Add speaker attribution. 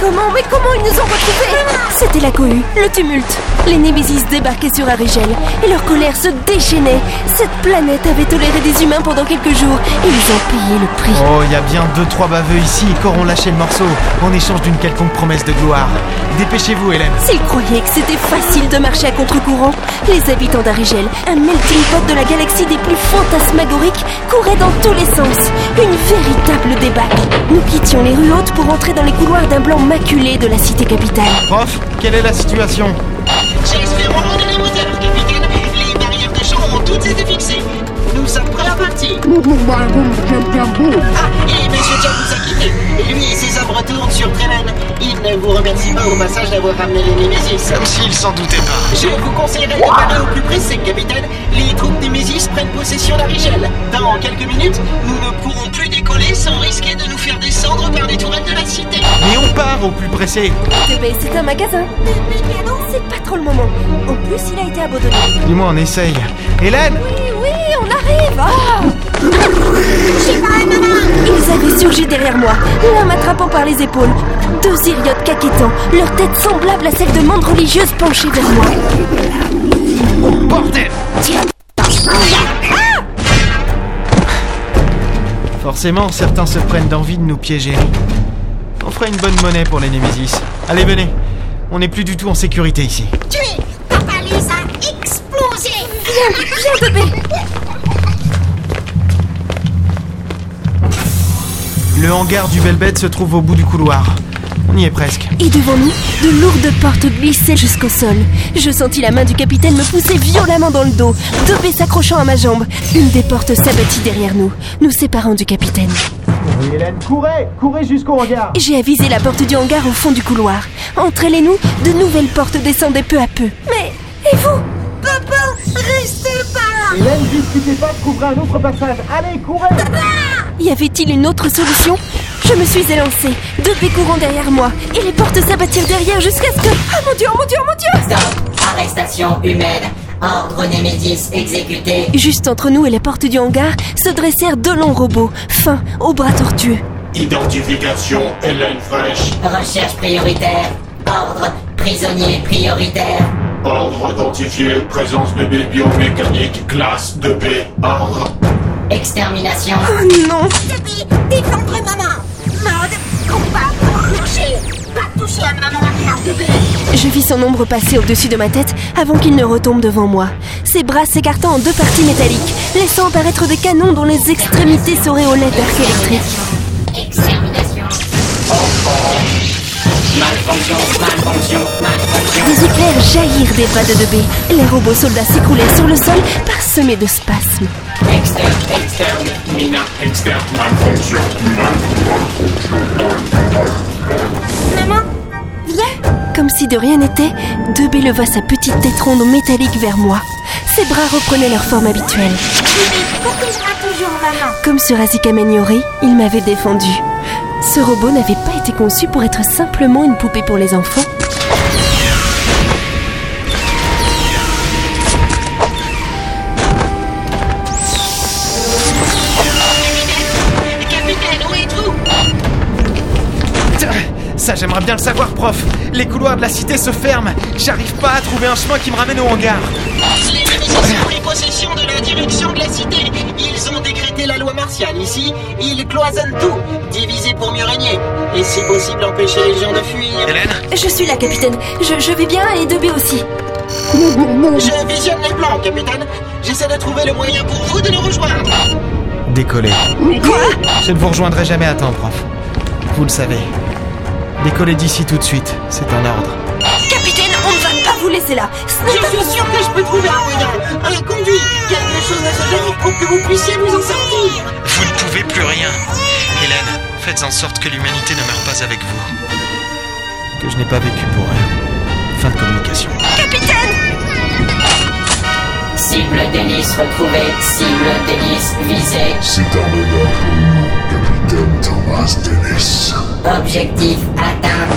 Speaker 1: comment, mais comment ils nous ont retrouvés C'était la cohue, le tumulte. Les Némésis débarquaient sur Arigel et leur colère se déchaînait. Cette planète avait toléré des humains pendant quelques jours et ils ont payé le prix.
Speaker 2: Oh, il y a bien deux trois baveux ici qui auront lâché le morceau en échange d'une quelconque promesse de gloire. Dépêchez-vous, Hélène.
Speaker 1: S'ils croyaient que c'était facile de marcher à contre-courant, les habitants d'Arigel, un melting pot de la galaxie des plus fantasmagoriques, couraient dans tous les sens. Une véritable débâcle. Nous quittions les rues hautes pour entrer dans les couloirs d'un blanc maculé de la cité capitale.
Speaker 2: Prof, quelle est la situation
Speaker 3: J'espère remonter les moteurs, capitaine. Les barrières de champ ont toutes été fixées. Nous sommes prêts à partir. Ah, et Monsieur John vous a quitté. Lui et ses hommes retournent sur Trellen. Il ne vous remercie pas au passage d'avoir ramené les Némésis.
Speaker 2: Comme s'il s'en doutait pas.
Speaker 3: Je vous conseillerais de parler au plus pressé, capitaine. Les troupes Némésis prennent possession d'Arigel. Dans quelques minutes, nous ne pourrons plus décoller sans risquer de nous faire descendre par les tourelles de la cité.
Speaker 2: Mais on part au plus pressé.
Speaker 1: Mais Eh ben, c'est un magasin. Mais, mais- mais non, c'est pas trop le moment. En plus, il a été abandonné.
Speaker 2: Dis-moi, on essaye. Hélène
Speaker 1: Oui, oui, on arrive Ah Ils avaient surgi derrière moi, l'un m'attrapant par les épaules. Deux iriotes caquetants, leur tête semblable à celle de mentes religieuses penchées vers moi.
Speaker 2: Bordel Forcément, certains se prennent d'envie de nous piéger. On fera une bonne monnaie pour les Némésis. Allez, venez. On n'est plus du tout en sécurité ici.
Speaker 4: Tuer Papalus a explosé
Speaker 1: Viens, bébé
Speaker 2: Le hangar du Belbed se trouve au bout du couloir. On y est presque.
Speaker 1: Et devant nous, de lourdes portes glissaient jusqu'au sol. Je sentis la main du capitaine me pousser violemment dans le dos, deux baies s'accrochant à ma jambe. Une des portes s'abattit derrière nous, nous séparant du capitaine.
Speaker 2: Hélène, courez Courez jusqu'au hangar
Speaker 1: J'ai avisé la porte du hangar au fond du couloir. Entre elle et nous, de nouvelles portes descendaient peu à peu. Mais, et vous
Speaker 2: Hélène, discutez pas, trouvera un autre passage. Allez, courez
Speaker 1: Y avait-il une autre solution Je me suis élancée, deux baies courant derrière moi, et les portes s'abattirent derrière jusqu'à ce que... Ah mon dieu, oh mon dieu, oh mon dieu
Speaker 5: Stop Arrestation humaine Ordre Némésis exécuté
Speaker 1: Juste entre nous et les portes du hangar se dressèrent deux longs robots, fins, aux bras tortueux.
Speaker 6: Identification Hélène Fraîche.
Speaker 5: Recherche prioritaire Ordre Prisonnier prioritaire
Speaker 6: Ordre identifié. Présence de bébé biomécanique. Classe 2B. Ordre.
Speaker 5: Extermination
Speaker 1: Oh non
Speaker 4: Bébé, défendre maman Mode, combat, toucher Pas toucher à maman, la bébé
Speaker 1: Je vis son ombre passer au-dessus de ma tête avant qu'il ne retombe devant moi. Ses bras s'écartant en deux parties métalliques, laissant apparaître des canons dont les extrémités s'auréolaient d'arcs électriques.
Speaker 5: Extermination Malfonction Malfonction Malfonction
Speaker 1: Des éclairs jaillirent des pas de Debé. Les robots soldats s'écroulèrent sur le sol, parsemés de spasmes.
Speaker 5: Externe Externe
Speaker 6: Mina externe. Malfonction.
Speaker 1: Comme si de rien n'était, Debé leva sa petite tête ronde métallique vers moi. Ses bras reprenaient leur forme habituelle.
Speaker 4: Bébé, protégera toujours maman
Speaker 1: Comme sur Azika Meniori, il m'avait défendu. Ce robot n'avait pas été conçu pour être simplement une poupée pour les enfants.
Speaker 3: Capitaine, capitaine, où êtes-vous
Speaker 2: Ça, j'aimerais bien le savoir, prof. Les couloirs de la cité se ferment. J'arrive pas à trouver un chemin qui me ramène au hangar.
Speaker 3: Les Némésis ont pris possession de la direction de la cité. Ils ont décrété la loi martiale ici. Ils cloisonnent tout, diviser pour mieux régner. Et si possible, empêcher les gens de fuir.
Speaker 1: Je suis là, capitaine. Je, je vais bien et Debé aussi.
Speaker 3: Je visionne les plans, capitaine. J'essaie de trouver le moyen pour vous de nous rejoindre.
Speaker 2: Décollez. Quoi Je ne vous rejoindrai jamais à temps, prof. Vous le savez. Décollez d'ici tout de suite. C'est un ordre.
Speaker 1: Capitaine, on ne va pas vous laisser là. Ce
Speaker 3: Je
Speaker 1: n'est pas
Speaker 3: suis sûr que je peux trouver un moyen, un conduit, quelque chose à ce genre pour que vous puissiez vous en sortir.
Speaker 2: Vous ne pouvez plus rien. Hélène, faites en sorte que l'humanité ne meure pas avec vous. Que je n'ai pas vécu pour elle. Fin de communication.
Speaker 5: Cible d'hélice retrouvée Cible d'hélice visée
Speaker 7: C'est un honneur pour nous, capitaine Thomas Dennis.
Speaker 5: Objectif atteint